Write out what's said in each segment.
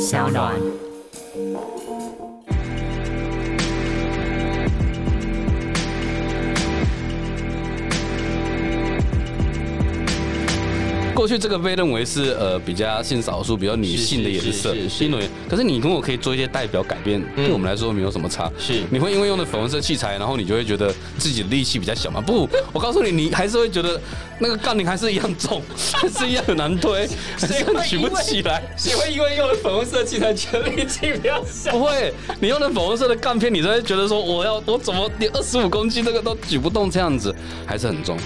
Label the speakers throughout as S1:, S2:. S1: 小暖。
S2: 过去这个被认为是呃比较性少数、比较女性的颜色
S3: 是是是，是
S2: 因为可是你跟我可以做一些代表改变，对我们来说没有什么差。
S3: 是
S2: 你会因为用的粉红色器材，然后你就会觉得自己的力气比较小嘛？不，我告诉你，你还是会觉得那个杠铃还是一样重， 还是一样很难推，还是
S1: 会因为
S2: 举不起来。
S1: 谁会因为用了粉红色器材觉得力气比较小？
S2: 不会，你用的粉红色的杠片，你才会觉得说我要我怎么连二十五公斤这个都举不动这样子，还是很重。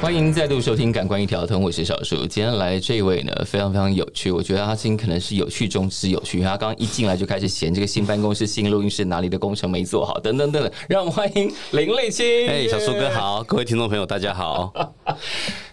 S3: 欢迎再度收听《感官一条通》，我是小树。今天来这位呢，非常非常有趣，我觉得他今天可能是有趣中之有趣。因为他刚刚一进来就开始嫌这个新办公室、新录音室哪里的工程没做好，等等等等。让我们欢迎林立清。
S2: 哎、小苏哥好，各位听众朋友大家好。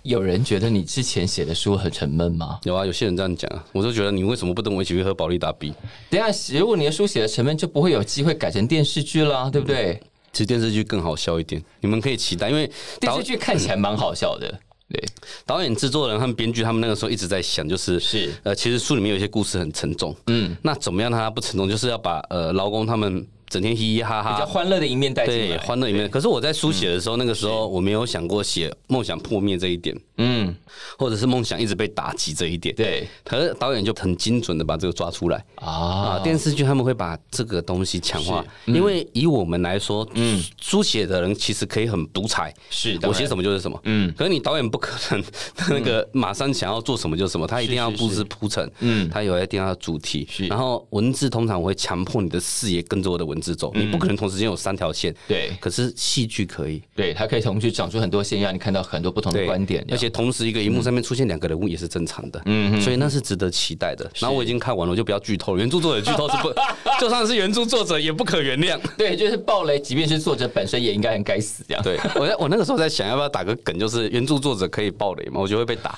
S3: 有人觉得你之前写的书很沉闷吗？
S2: 有啊，有些人这样讲，啊，我就觉得你为什么不跟我一起去喝保利达 B？
S3: 等一下，如果你的书写的沉闷，就不会有机会改成电视剧啦，对不对？
S2: 其实电视剧更好笑一点，你们可以期待，因为
S3: 电
S2: 导
S3: 视剧看起来蛮好笑的，对，
S2: 导演、制作人和编剧他们那个时候一直在想，就是
S3: 是
S2: 呃，其实书里面有一些故事很沉重，嗯，那怎么样让它不沉重？就是要把呃劳工他们整天嘻嘻哈
S3: 比
S2: 哈。
S3: 较欢乐的一面带进
S2: 对，
S3: 来。
S2: 欢乐里面。可是我在书写的时候，那个时候我没有想过写梦想破灭这一点，
S3: 嗯，
S2: 或者是梦想一直被打击这一点。，
S3: 对
S2: 可是导演就很精准的把这个抓出来。啊，
S3: 啊，
S2: 电视剧他们会把这个东西强化，因为以我们来说，嗯，书写的人其实可以很独裁，
S3: 是
S2: 我写什么就是什么，嗯，可是你导演不可能那个马上想要做什么就什么，他一定要布置铺陈，嗯，他有一定要主题，然后文字通常我会强迫你的视野跟着我的文字走，你不可能同时间有三条线，
S3: 对
S2: 可是戏剧可以。
S3: 对，它可以同时长出很多线，让你看到很多不同的
S2: 对，
S3: 观点。
S2: 而且同时一个荧幕上面出现两个人物也是正常的，嗯，所以那是值得期待的。然后我已经看完了，我就不要剧透了。原著作者剧透是 不，就算是原著作者也不可原谅。
S3: 对，就是暴雷，即便是作者本身也应该很该死这样。，
S2: 对 我在我那个时候在想，要不要打个梗，就是原著作者可以爆雷嘛，我就会被打。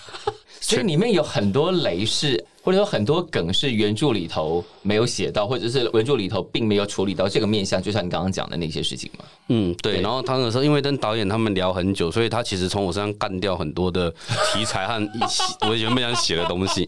S3: 所以里面有很多雷是，或者说很多梗是原著里头没有写到，或者是原著里头并没有处理到这个面向，就像你刚刚讲的那些事情嘛。
S2: 嗯，对。然后他那个时候，因为跟导演他们聊很久，所以他其实从我身上干掉很多的题材和一 起我原本想写的东西。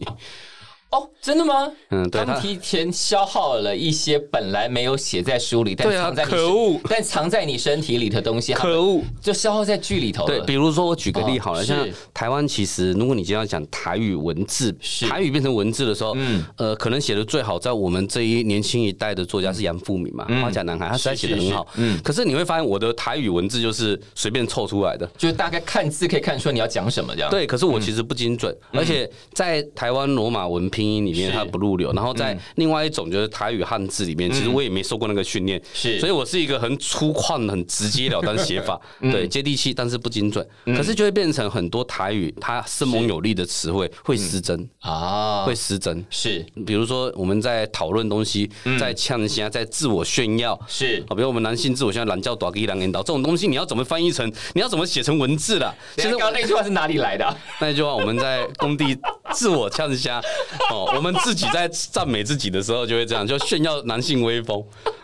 S3: 哦，真的吗？
S2: 嗯对
S3: 他们
S2: 他
S3: 提前消耗了一些本来没有写在书里，但
S2: 对啊
S3: 藏在你身
S2: 可恶
S3: 但藏在你身体里的东西，他们
S2: 可恶！
S3: 就消耗在剧里头
S2: 对，
S3: 了。
S2: 比如说我举个例好了，
S3: 哦
S2: 像
S3: 是
S2: 台湾其实，如果你今天要讲台语文字，
S3: 是
S2: 台语变成文字的时候，呃，可能写的最好，在我们这一年轻一代的作家是杨富敏嘛，花甲男孩，他实在写的很好，嗯，可是你会发现我的台语文字就是随便凑出来的。
S3: 就是大概看字可以看出你要讲什么这样。，
S2: 对，可是我其实不精准，而且在台湾罗马文拼音里面
S3: 嗯是嗯
S2: 它不入流，然后在另外一种就是台语汉字里面，其实我也没受过那个训练，
S3: 是
S2: 所以我是一个很粗犷、很直截了当的写 法，
S3: 嗯
S2: 对，接地气，但是不精准，可是就会变成很多台语它生猛有力的词汇会失真，
S3: 啊，
S2: 会失真。
S3: 是
S2: 比如说我们在讨论东西，
S3: 嗯
S2: 在呛虾，在自我炫耀。
S3: 是
S2: 啊，比如我们男性自我炫耀，懒叫短给狼引导这种东西，你要怎么翻译成？你要怎么写成文字啦？其
S3: 其实
S2: 实
S3: 刚刚那句话是哪里来的啊、
S2: 那一句话，我们在工地自我呛虾哦，我们自己在赞美自己的时候就会这样，就炫耀男性威风。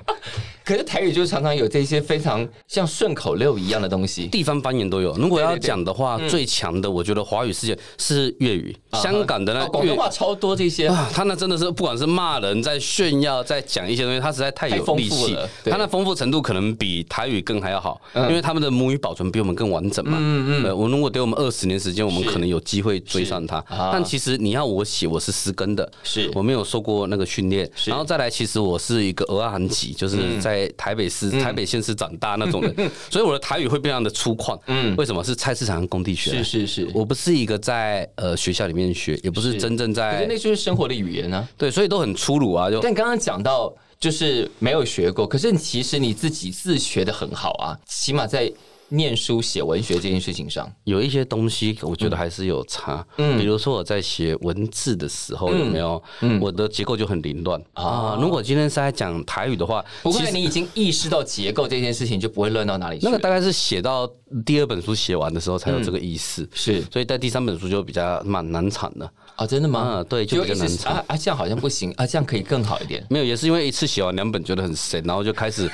S3: 可是台语就常常有这些非常像顺口溜一样的东西。
S2: 地方方言都有。如果要讲的话，最强的我觉得华语世界是粤语，香港的
S3: 嗯啊
S2: 那
S3: 广
S2: 粤
S3: 东话超多这些，
S2: 啊，他那真的是不管是骂人、在炫耀、在讲一些东西，他实在太有
S3: 太丰富
S2: 力气
S3: 了。对嗯
S2: 他那丰富程度可能比台语更还要好，因为他们的母语保存比我们更完整嘛。嗯嗯。我如果给我们二十年时间，我们可能有机会追上他。
S3: 啊
S2: 但其实你要我写，我是失根的，
S3: 是
S2: 我没有受过那个训练。然后再来，其实我是一个俄韩
S3: 嗯
S2: 籍，就是在台北市、台北县市长大那种人，所以我的台语会非常的粗犷。嗯，
S3: 啊
S2: 为什么？是菜市场和工地学来
S3: 是
S2: 的。
S3: 是是，
S2: 我不是一个在呃学校里面学，也不是真正
S3: 可
S2: 在
S3: 是那就是生活的语言啊。
S2: 对，所以都很粗鲁啊，就
S3: 哎但刚刚讲到就是没有学过，可是其实你自己自学的很好啊，起码在念书写文学这件事情上，
S2: 有一些东西，我觉得还是有差。嗯，比如说我在写文字的时候，
S3: 嗯
S2: 有没有？我的结构就很凌乱啊。如果今天是在讲台语的话，
S3: 不
S2: 其
S3: 会啊
S2: 实
S3: 你已经意识到结构这件事情，就不会乱到哪里去。
S2: 那个大概是写到第二本书写完的时候才有这个意思。
S3: 是
S2: 所以在第三本书就比较蛮难产的，
S3: 啊，真的吗？
S2: 啊对就
S3: 就
S2: 比较
S3: 一直
S2: 难猜
S3: 啊啊，这样好像不行啊，这样可以更好一点。
S2: 没有，也是因为 一次写完两本觉得很神，然后就开始啊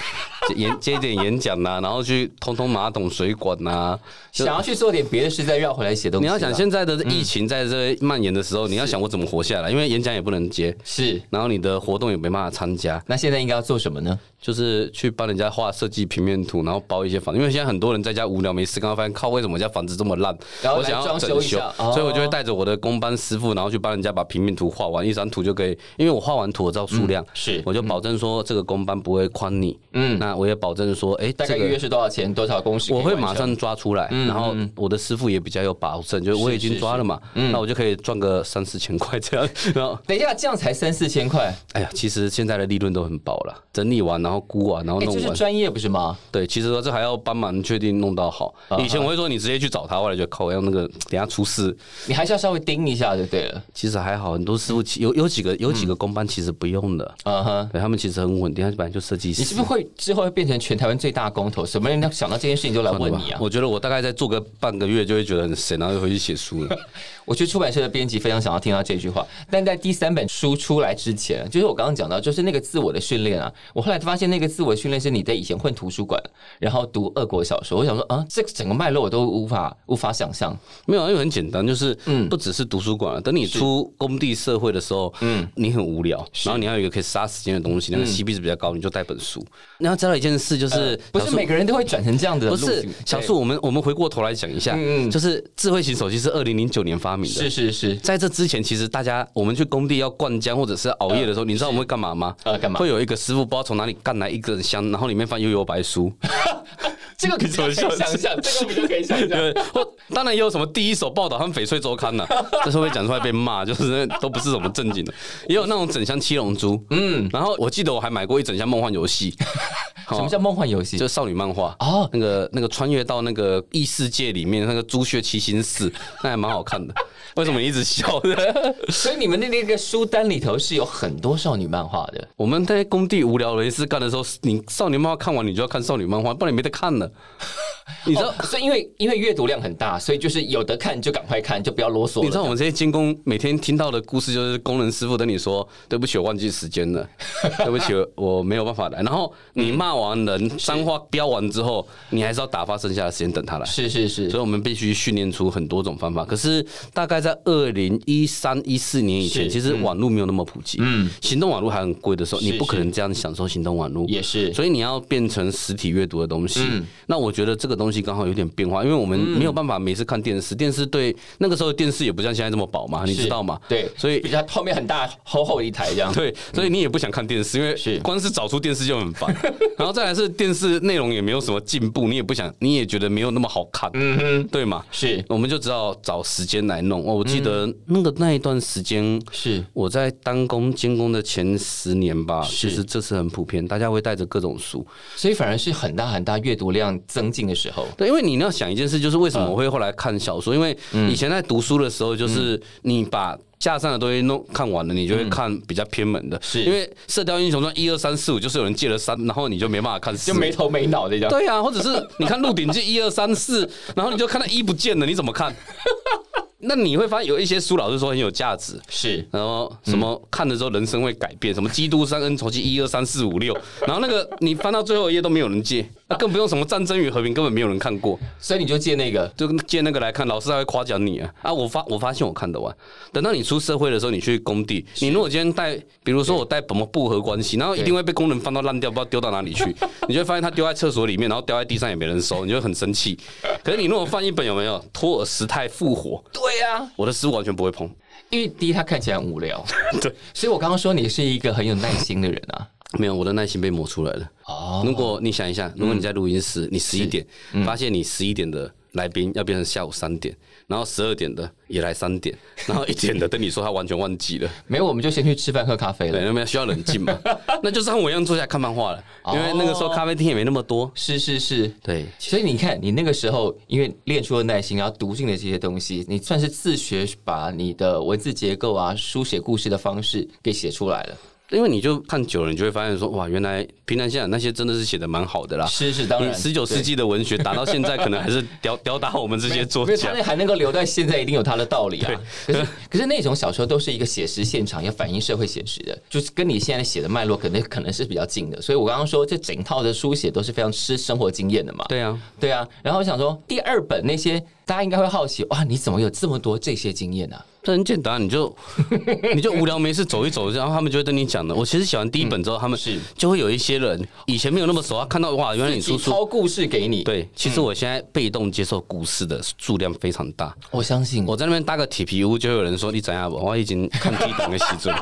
S2: 演接一点演讲啦、然后去通通马桶种水管啊。就
S3: 想要去做点别的事，再绕回来写东
S2: 你
S3: 西啊嗯啦。
S2: 要想现在的疫情在这蔓延的时候，你要想我怎么活下来，因为演讲也不能接，
S3: 是，
S2: 然后你的活动也没办法参加，
S3: 那现在应该要做什么呢？
S2: 就是去帮人家画设计平面图，然后包一些房子，因为现在很多人在家无聊没事，刚刚发现靠，为什么我家房子这么烂？
S3: 然后
S2: 我想
S3: 来
S2: 要
S3: 装
S2: 整
S3: 修一
S2: 修
S3: 下，哦
S2: 所以我就会带着我的工班师傅，然后去帮人家把平面图画完，一张图就可以，因为我画完图我照数量，
S3: 嗯是
S2: 我就保证说这个工班不会宽你，嗯，那我也保证说，哎，
S3: 大概
S2: 这
S3: 预
S2: 个
S3: 约是多少钱？多少工时可以
S2: 我
S3: 完成？
S2: 会马上抓出来，
S3: 嗯
S2: 然后我的师傅也比较有保证，就是我已经抓了嘛，
S3: 嗯
S2: 那我就可以赚个三四千块这样。 然后，
S3: 等一下，这样才三四千块，
S2: 哎呀，其实现在的利润都很薄了，整理完，然后估完，然后
S3: 哎，
S2: 弄
S3: 这是
S2: 完。
S3: 专业不是吗？
S2: 对，其实说这还要帮忙确定弄到好。
S3: 啊
S2: 以前我会说你直接去找他，后来就靠要那个等下出事。
S3: 你还是要稍微盯一下就对了。
S2: 其实还好，很多师傅其有有几个有几个工班其实不用的，
S3: 嗯哼，
S2: 对他们其实很稳定，他本来就设计师。
S3: 你是不是会之后会变成全台湾最大公投？什么人要想到这件事情就来问你啊？
S2: 我觉得我大概再做个半个月就会觉得很神，然后就回去写书了。
S3: 我觉得出版社的编辑非常想要听到这句话，但在第三本书出来之前，就是我刚刚讲到，就是那个自我的训练啊。我后来发现，那个自我训练是你在以前混图书馆，然后读俄国小说。我想说啊，这个整个脉络我都无法无法想象。
S2: 没有啊，因为很简单，就是
S3: 嗯
S2: 不只是图书馆了。啊等你出工地社会的时候，嗯，你很无聊，然后你要有一个可以杀时间的东西，
S3: 嗯
S2: 那个 CP 值比较高，你就带本书。然后再来一件事就是，
S3: 呃不
S2: 小
S3: 是
S2: 树
S3: 每个人都会转成这样的
S2: 不
S3: 路径，
S2: 是小树，我们我们回过头来讲一下，就是智慧型手机是二零零九年发明的。
S3: 嗯对，是是是，
S2: 在这之前，其实大家我们去工地要灌浆或者是熬夜的时候，你知道我们会干嘛吗？
S3: 呃干嘛
S2: 会有一个师傅不知道从哪里干来一个箱，然后里面放悠悠白书。
S3: 这个比较可以想象，这个比较可以想 象。
S2: 对，或当然也有什么第一手报道和翡翠周 刊呐、这是会讲出来被骂，就是都不是什么正经的，也有那种整箱七龙珠，嗯，然后我记得我还买过一整箱梦幻游戏， 哦
S3: 什么叫梦幻游戏？
S2: 就少女漫画
S3: 哦
S2: 哦，那个那个穿越到那个异世界里面，那个朱雀七星寺，那还蛮好看的。 为什么你一直笑？
S3: 所以你们的那个书单里头是有很多少女漫画的。
S2: 我们在工地无聊没事干的时候，你少女漫画看完，你就要看少女漫画，不然你没得看了。你知道
S3: 哦，所以因为因为阅读量很大，所以就是有的看就赶快看，就不要啰嗦了。
S2: 你知道我们这些监工每天听到的故事，就是工人师傅跟你说：“对不起，我忘记时间 了，对不起，我没有办法来。”然后你骂完人，脏话飙完之后，你还是要打发剩下的时间等他来。
S3: 是是是
S2: 所以，我们必须训练出很多种方法。可是，大概在二零一三、一四年以前，
S3: 是嗯
S2: 其实网络没有那么普及。嗯，行动网络还很贵的时候，你不可能这样享受行动网络。
S3: 也是
S2: 所以你要变成实体阅读的东西。
S3: 嗯
S2: 那我觉得这个东西刚好有点变化，因为我们没有办法每次看电视，电视对那个时候的电视也不像现在这么薄嘛，你
S3: 是
S2: 知道吗？
S3: 对，
S2: 所以
S3: 比较后面很大厚厚一台这样。
S2: 对，所以你也不想看电视，因
S3: 嗯是
S2: 为光是找出电视就很 烦。然后再来是电视内容也没有什么进步，你也不想，你也觉得没有那么好看，嗯哼，对嘛？
S3: 是
S2: 我们就只好找时间来弄。哦，我记得
S3: 嗯
S2: 那个那一段时间，
S3: 是
S2: 我在当工监工的前十年吧，
S3: 是
S2: 其实这是很普遍，大家会带着各种书。
S3: 所以反而是很大很大阅读量增进的时候。
S2: 对，因为你要想一件事，就是为
S3: 嗯
S2: 什么我会后来看小说？因为以前在读书的时候，
S3: 嗯
S2: 就是你把。架上的东西弄看完了，你就会看比较偏门的，
S3: 是
S2: 因为《射雕英雄传》一二三四五就是有人借了三，然后你就没办法看四，
S3: 就没头没脑的这样，
S2: 对呀、啊，或者是你看《鹿鼎 记》一二三四，然后你就看到一不见了，你怎么看？那你会发现有一些书老师说很有价值，
S3: 是
S2: 然后什么
S3: 嗯
S2: 看了之后人生会改变，什么《基督山恩仇记》一二三四五六，然后那个你翻到最后一页都没有人借，那更不用什么《战争与和平》根本没有人看过，
S3: 所以你就借那个
S2: 就借那个来看，老师还会夸奖你啊！啊，我发我发现我看得完。等到你出社会的时候，你去工地，你如果今天带，比如说我带什么不合关系，然后一定会被工人翻到烂掉，不知道丢到哪里 去，你就会发现他丢在厕所里面，然后掉在地上也没人收，你就会很生气。可是你如果放一本有没有托尔斯泰《复活》，
S3: 对啊，
S2: 我的书完全不会碰。
S3: 因为第一他看起来很无 聊，
S2: 对，
S3: 所以我刚刚说你是一个很有耐心的人啊。
S2: 没有，我的耐心被磨出来了。
S3: 哦，嗯
S2: 如果你想一下，如果你在录音室，你十一点发现你十一点的来宾要变成下午三点，然后十二点的也来三 点，然后一点的跟你说他完全忘记了，
S3: 没有我们就先去吃饭喝咖啡
S2: 对，
S3: 了。
S2: 那边需要冷静嘛，那就像我一样坐下来看漫画了，
S3: 哦
S2: 因为那个时候咖啡厅也没那么多。
S3: 是是是，
S2: 对，
S3: 所以你看，你那个时候因为练出了耐心，然后读进了这些东西，你算是自学把你的文字结构啊、书写故事的方式给写出来了。
S2: 因为你就看久了，你就会发现说，哇，原来平南县长那些真的是写的蛮好的啦。
S3: 是是，当然，
S2: 十九世纪的文学打到现在，可能还是吊吊打我们这些作
S3: 因为
S2: 家
S3: 他。那还能够留在现在，一定有他的道理啊。可是，可是那种小说都是一个写实现场，要反映社会写实的，就是跟你现在写的脉络，可能可能是比较近的。所以我刚刚说，这整套的书写都是非常吃生活经验的嘛。
S2: 对啊，
S3: 对啊，然后我想说，第二本那些大家应该会好奇，哇，你怎么有这么多这些经验啊？
S2: 这很简单，你就你就无聊没事走一走，然后他们就会跟你讲的。我其实写完第一本之后，他们
S3: 是
S2: 就会有一些人以前没有那么熟，他看到哇，原来你
S3: 自己
S2: 叔叔
S3: 掏故事给你，，
S2: 对，其实我现在被动接受股市的数量非常大。
S3: 我相信
S2: 我在那边搭个铁皮屋，就有人说你怎样不？我已经看低档的时阵，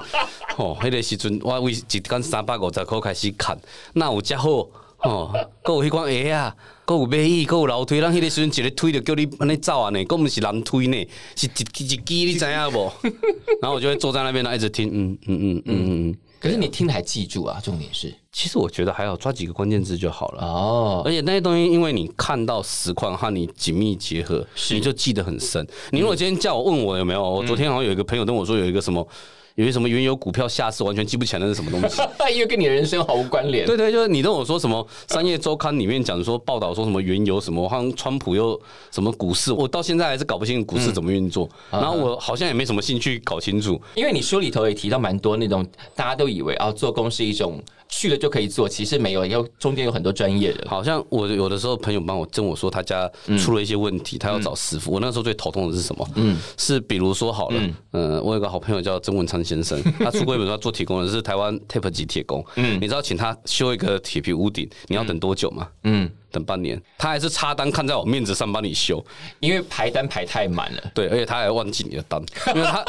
S2: 哦，迄个时阵我为一天三百五十块开始看，那有遮好哦，够有迄款鞋啊，够有马椅，够有楼梯，咱迄个时阵一个推就叫你安尼走啊呢，够毋是人推呢，是一一支你知影无？然后我就会坐在那边，然后一直听，嗯嗯嗯嗯嗯。
S3: 可是你听得还记住啊？重点是
S2: 其实我觉得还好，抓几个关键字就好了。
S3: 哦，
S2: 而且那些东西，因为你看到实况和你紧密结合，你就记得很深。你如果今天叫我问我有没有，我昨天好像有一个朋友跟我说有一个什么，有一个什么原油股票下市，完全记不起来那是什么东西。
S3: 因为跟你的人生毫无关联。
S2: 对对，就是你跟我说什么《商业周刊》里面讲说报道说什么原油什么，好像川普又什么股市，我到现在还是搞不清楚股市怎么运作。然后我好像也没什么兴趣搞清楚。
S3: 因为你书里头也提到蛮多那种大家都以为啊，做工是一种去了就可以做，其实没有，要中间有很多专业的。
S2: 好像我有的时候朋友帮我跟我说他家出了一些问题，他要找师傅。我那时候最头痛的是什么？嗯，是比如说好了，嗯、我有个好朋友叫曾文昌 先生，他出过一本书，他做铁工的是台湾 TAP 级铁工。嗯，你知道请他修一个铁皮屋顶，你要等多久吗？嗯，等半年。他还是插单看在我面子上帮你修，
S3: 因为排单排太满了。
S2: 对，而且他还忘记你的 单，因为他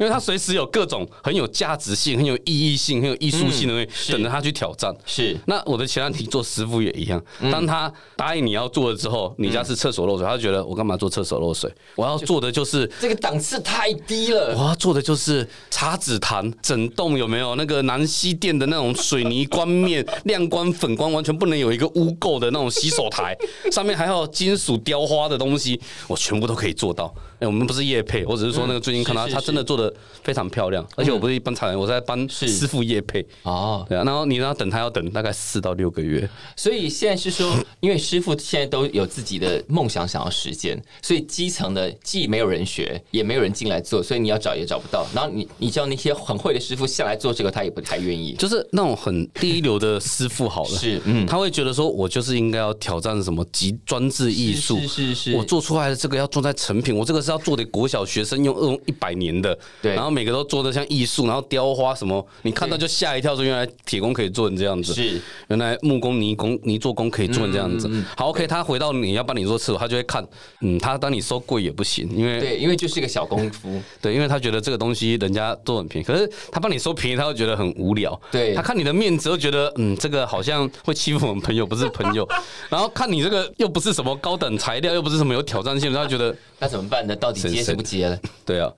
S2: 因为他随时有各种很有价值性、很有意义性、很有艺术性的东西、等着他去挑战。
S3: 是
S2: 那我的前两题做师傅也一样，
S3: 嗯
S2: 当他答应你要做了之后，你家是厕所漏水，他就觉得我干嘛做厕所漏水？我要做的 就是。
S3: 这个档次太低了，
S2: 我要做的就是茶籽坛，整栋有没有那个南西店的那种水泥光面、 亮光、粉光，完全不能有一个污垢的那种洗手台， 上面还有金属雕花的东西，我全部都可以做到。哎、我们不是叶配，我只是说那个最近看到
S3: 嗯是是
S2: 他
S3: 是嗯
S2: 真的做的非常漂亮，而且我不是一般茶人，我是在帮师傅叶配。
S3: 哦，
S2: 对啊，然后你要等他要等大概四到六个月，
S3: 所以现在是说， 因为师傅现在都有自己的梦想想要实践，所以基层的既没有人学，也没有人进来做，所以你要找也找不到。然后你你叫那些很会的师傅下来做这个，他也不太愿意。
S2: 就是那种很第一流的师傅好了，
S3: 是嗯
S2: 他会觉得说，我就是应该要挑战什么极专制艺术，
S3: 是是是是
S2: 我做出来的这个要做在成品，我这个是要做给国小学生用用一百年的，
S3: 对
S2: 然后每个都做的像艺术，然后雕花什么，你看到就吓一跳，说原来铁工可以做成这样子，
S3: 是嗯
S2: 原来木工、泥工、泥做工可以做成这样子。好，OK，他回到你要帮你做厕所，他就会看，嗯，他当你收贵也不行，因为
S3: 对，因为就是一个小功夫。
S2: 对，因为他觉得这个东西人家都很便宜，可是他帮你收便宜，他会觉得很无聊。
S3: 对
S2: 他看你的面子，又觉得嗯，这个好像会欺负我们朋友，不是朋 友。然后看你这个又不是什么高等材料，又不是什么有挑战性的，他觉 得
S3: 那怎么办呢？到底接是不接了？
S2: 对啊，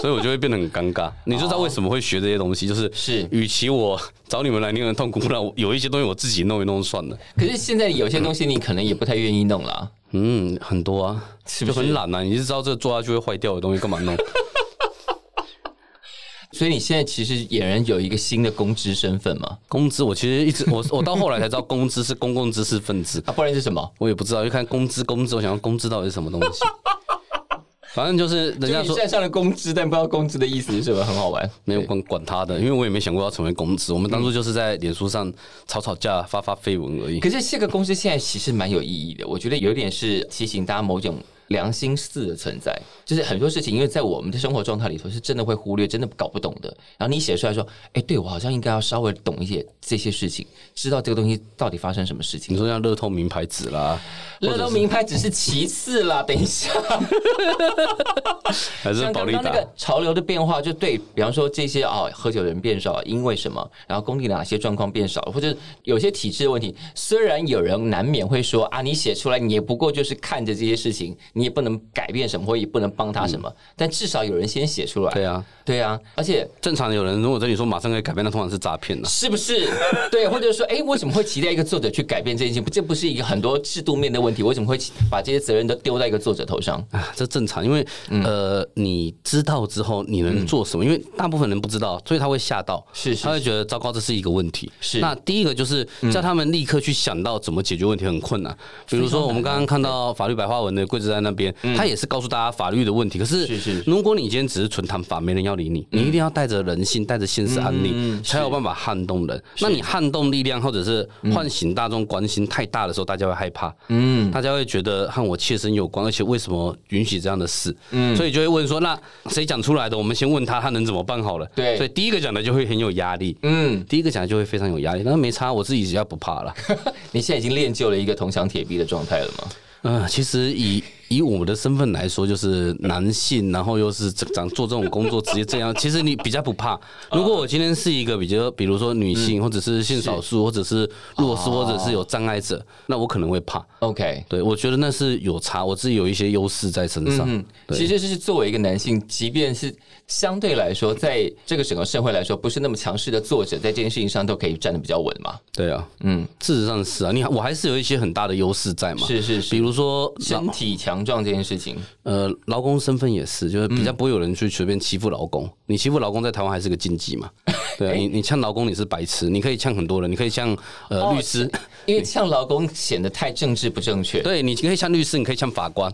S2: 所以我就会变得很尴尬。你就知道为什么会学这些东西，就是
S3: 是
S2: 与其我找你们来令人痛苦，不然我有一些东西我自己弄一弄算了。
S3: 可是现在有些东西你可能也不太愿意弄啦。
S2: 嗯，很多啊，
S3: 是不是
S2: 就很懒啊。你就知道这个做下去会坏掉的东西，干嘛弄？
S3: 所以你现在其实俨然有一个新的公知身份嘛？
S2: 工资我其实一直我我到后来才知道，工资是公共知识分子。
S3: 啊，不然是什么？
S2: 我也不知道，就看工资，工资，我想要工资到底是什么东 西。反正就是人
S3: 就
S2: 家
S3: 你
S2: 说
S3: 站上了公知，但不知道公知的意思是什么，很好玩。
S2: 没有管管他的，因为我也没想过要成为公知。我们当初就是在脸书上吵吵架、发发绯闻而已。
S3: 可是这个公知现在其实蛮有意义的，我觉得有点是提醒大家某种良心似的存在，就是很多事情，因为在我们的生活状态里头是真的会忽略，真的搞不懂的。然后你写出来说，哎、对我好像应该要稍微懂一些这些事情，知道这个东西到底发生什么事情
S2: 你。说像乐透名牌纸啦，
S3: 乐透名牌只是其次啦，等一下，
S2: 还是
S3: 像
S2: 保
S3: 刚
S2: 利
S3: 刚那
S2: 达，
S3: 个潮流的变化，就对比方说这些哦，喝酒的人变少，因为什么？然后工地哪些状况变少，或者有些体制的问题，虽然有人难免会说啊，你写出来，你也不过就是看着这些事情，你也不能改变什么，或也不能帮他什么，但至少有人先写出来。
S2: 嗯对啊，
S3: 对啊，而且
S2: 正常有人如果跟你说马上可以改变，那通常是诈骗了。
S3: 是不是对，或者说，哎，为什么会期待一个作者去改变这件事情？这不是一个很多制度面的问题，为什么会把这些责任都丢在一个作者头上？
S2: 啊，这正常，因为、
S3: 嗯
S2: 呃，你知道之后你能做什么？因为大部分人不知道，所以他会吓到，
S3: 是是
S2: 他会觉得糟糕，这是一个问题。
S3: 是嗯
S2: 那第一个就是叫他们立刻去想到怎么解决问题，很困难。比如说我们刚刚看到法律白话文的桂枝在那边，他也是告诉大家法律的问题，可是
S3: 嗯是嗯是
S2: 如果你今天只是纯谈法，没人要理你，你一定要带着人性，带着现实案例，
S3: 嗯
S2: 才有办法撼动人。那你撼动力量或者是
S3: 嗯
S2: 唤醒大众关心太大的时候，大家会害怕，嗯，大家会觉得和我切身有关，而且为什么允许这样的事？嗯，所以就会问说，那谁讲出来的？我们先问他，他能怎么办好了。
S3: 对
S2: 所以第一个讲的就会很有压力，
S3: 嗯，
S2: 第一个讲的就会非常有压力。那没差，我自己只要不怕 了。
S3: 你现在已经练就了一个铜墙铁壁的状态了吗？
S2: 呃，其实以以我们的身份来说，就是男性，然后又是长做这种工作职业 这样，其实你比较不怕。如果我今天是一个比较，比如说嗯女性，或者是性哦少数，或者是弱势，或者是有障碍者，那我可能会怕。
S3: OK，
S2: 对，我觉得那是有差，我自己有一些优势在身上。
S3: 嗯，
S2: 对
S3: 其实就是作为一个男性，即便是相对来说，在这个整个社会来说不是那么强势的作者，在这件事情上都可以站得比较稳嘛。
S2: 对啊，
S3: 嗯，
S2: 事实上是啊，你我还是有一些很大的优势在嘛。
S3: 是是是
S2: 比如说劳
S3: 身体强壮这件事情，
S2: 呃劳工身份也是，就是比较不会有人去随便欺负劳工。你欺负劳工在台湾还是个禁忌 嘛？对啊，
S3: 哎
S2: 你你呛劳工你是白痴，你可以呛很多人，你可以呛呃
S3: 哦
S2: 律师，
S3: 因为像劳工显得太政治不正确。
S2: 对，你可以呛律师，你可以呛法 官，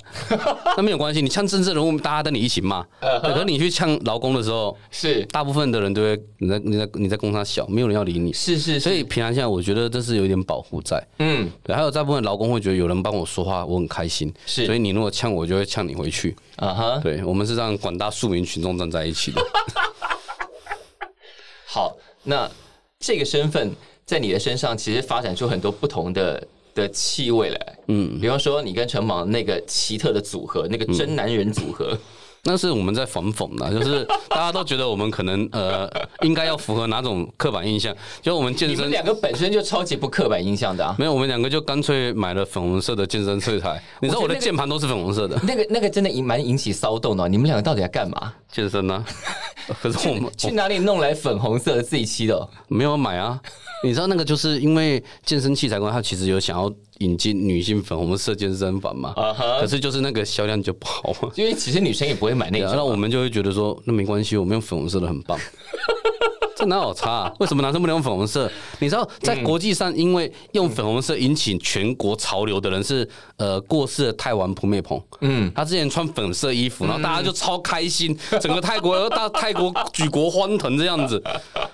S2: 那没有关系。你呛政治人物，大家跟你一起骂。
S3: 嗯
S2: 对可是你去呛劳工的时候，
S3: 是
S2: 大部分的人都会你在你在你在供他小，没有人要理你。
S3: 是是
S2: 所
S3: 是，
S2: 以平常下，我觉得这是有一点保护在。
S3: 嗯，
S2: 对，还有大部分劳工会觉得有人帮我说话，我很开心。
S3: 是
S2: 所以你如果呛我，就会呛你回去。
S3: 啊哈，
S2: 对我们是让广大庶民群众站在一起的。
S3: 好，那这个身份在你的身上其实发展出很多不同的。的气味来，嗯，比方说你跟陈芒那个奇特的组合，那个真男人组 合，
S2: 那是我们在反讽的，就是大家都觉得我们可能呃应该要符合哪种刻板印象，就我们健
S3: 你们
S2: 身。
S3: 两个本身就超级不刻板印象的啊，
S2: 没有，我们两个就干脆买了粉红色的健身器材。你知道我的键盘都是粉红色的，
S3: 那个那个真的引蛮引起骚动的哦、你们两个到底在干嘛？
S2: 健身呢、啊？可是我们
S3: 去哪里弄来粉红色的自己漆的哦？
S2: 没有买啊。你知道那个就是因为健身器材馆，它其实有想要引进女性粉红色健身房嘛
S3: 啊哈
S2: 可是就是那个销量就不好嘛。
S3: 因为其实女生也不会买那
S2: 对啊
S3: 种，
S2: 那我们就会觉得说，那没关系，我们用粉红色的很棒。 这哪有差、啊？为什么男生不能用粉红色？你知道，在国际上，因为用粉红色引起全国潮流的人是呃过世的泰王普美蓬，嗯，他之前穿粉色衣
S3: 嗯
S2: 服，然后大家就超开心，整个泰国大泰国举国欢腾这样子。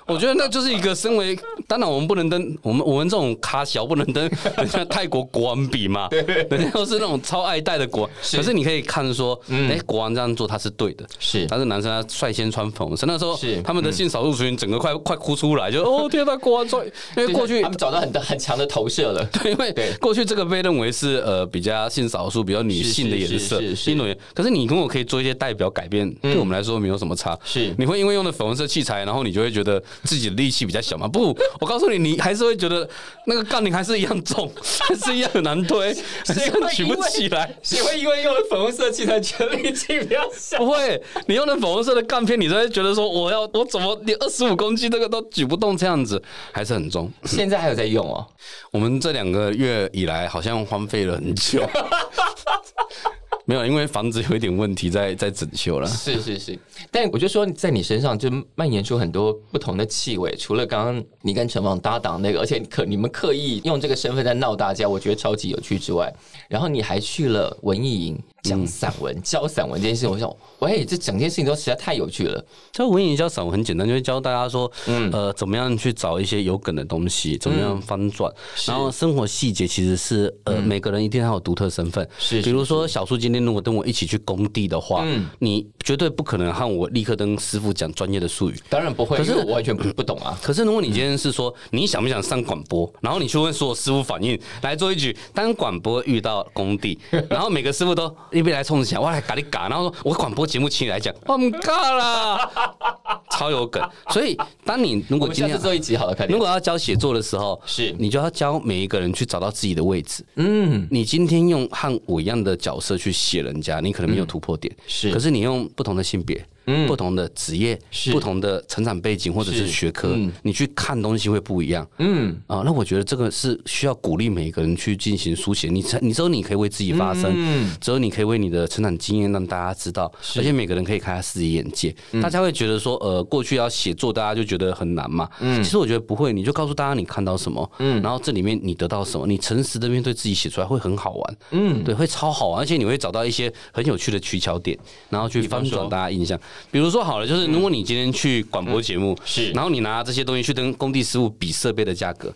S2: 我觉得那就是一个身为，当然我们不能跟我们我们这种卡小不能 跟人家泰国国王比嘛，人家都是那种超爱戴的国王，可是你可以看说，哎，国王这样做他是对的，
S3: 嗯是
S2: 但是男生他率先穿粉红色，那时候
S3: 是嗯
S2: 他们的性少数族群整个快、快哭出来，就哦天呐，国王穿，因为
S3: 就是
S2: 过去
S3: 他。们找到很很强的投射了。
S2: 因为
S3: 对
S2: 过去这个被认为是呃比较性少数、比较女性的颜色
S3: 是是是，嗯是
S2: 新轮。可是你跟我可以做一些代表改变，对我们来说没有什么差。
S3: 是
S2: 你会因为用的粉红色器材，然后你就会觉得自己的力气比较小吗？不，我告诉你，你还是会觉得那个杠铃还是一样重， 还是一样很难推，还是一样举不起来。
S1: 谁会因为用了粉红色器材觉得力气比较小？
S2: 不会，你用那粉红色的杠片，你才会觉得说我要我怎么连二十五公斤这个都举不动这样子，还是很重。
S3: 现在还有在用哦，
S2: 我们这两个月以来好像荒废了很久， 没有，因为房子有一点问题在 在整修了。
S3: 是是是，但我就说在你身上就蔓延出很多不同的气味，除了刚刚你跟陈网搭档那个，而且你刻你们刻意用这个身份在闹大家，我觉得超级有趣之外，然后你还去了文艺营讲
S2: 嗯
S3: 散文、教散文这件事情，我想，喂，这整件事情都实在太有趣了。
S2: 教文艺教散文很简单，就是教大家说，呃，怎么样去找一些有梗的东西，怎么样翻转，然后生活细节其实是呃、每个人一定要有独特身份，
S3: 是是
S2: 比如说小树今天如果跟我一起去工地的话，你绝对不可能和我立刻跟师傅讲专业的术语。
S3: 当然不会，
S2: 可
S3: 可
S2: 是
S3: 是我完全不不 懂啊。
S2: 可是如果你今天是说你想不想上广播，然 后你去问所有师傅反应，来做一局，当广播遇到工地，然后每个师傅都你你别来冲起来，我来嘎你嘎，然后说我广播节目请你来讲，我唔尬啦， 超有梗。所以当你如
S3: 我
S2: 果
S3: 们
S2: 今
S3: 下次
S2: 天
S3: 做一集好了，快点。
S2: 啊如果要教写作的时候，
S3: 是
S2: 你就要教每一个人去找到自己的位置。嗯，你今天用和我一样的角色去写人家，你可能没有突破点。
S3: 嗯是嗯
S2: 可是你用不同的性别、不同的职业、
S3: 是
S2: 不同的成长背景或者
S3: 是
S2: 是学科，你去看东西会不一样。嗯，啊，那我觉得这个是需要鼓励每一个人去进行书写。你才，你只有你可以为自己发声，只有你可以为你的成长经验让大家知道，而且每个人可以开他自己眼界。大家会觉得说，呃，过去要写作，大家就觉得很难嘛。嗯，其实我觉得不会，你就告诉大家你看到什么，嗯，然后这里面你得到什么，你诚实的面对自己写出来会很好玩，嗯，对，会超好玩，而且你会找到一些很有趣的取巧点，然后去翻转大家印象。比如说好了，就是如果你今天去广播节目，
S3: 是
S2: 然后你拿这些东西去跟工地师傅比设备的价格，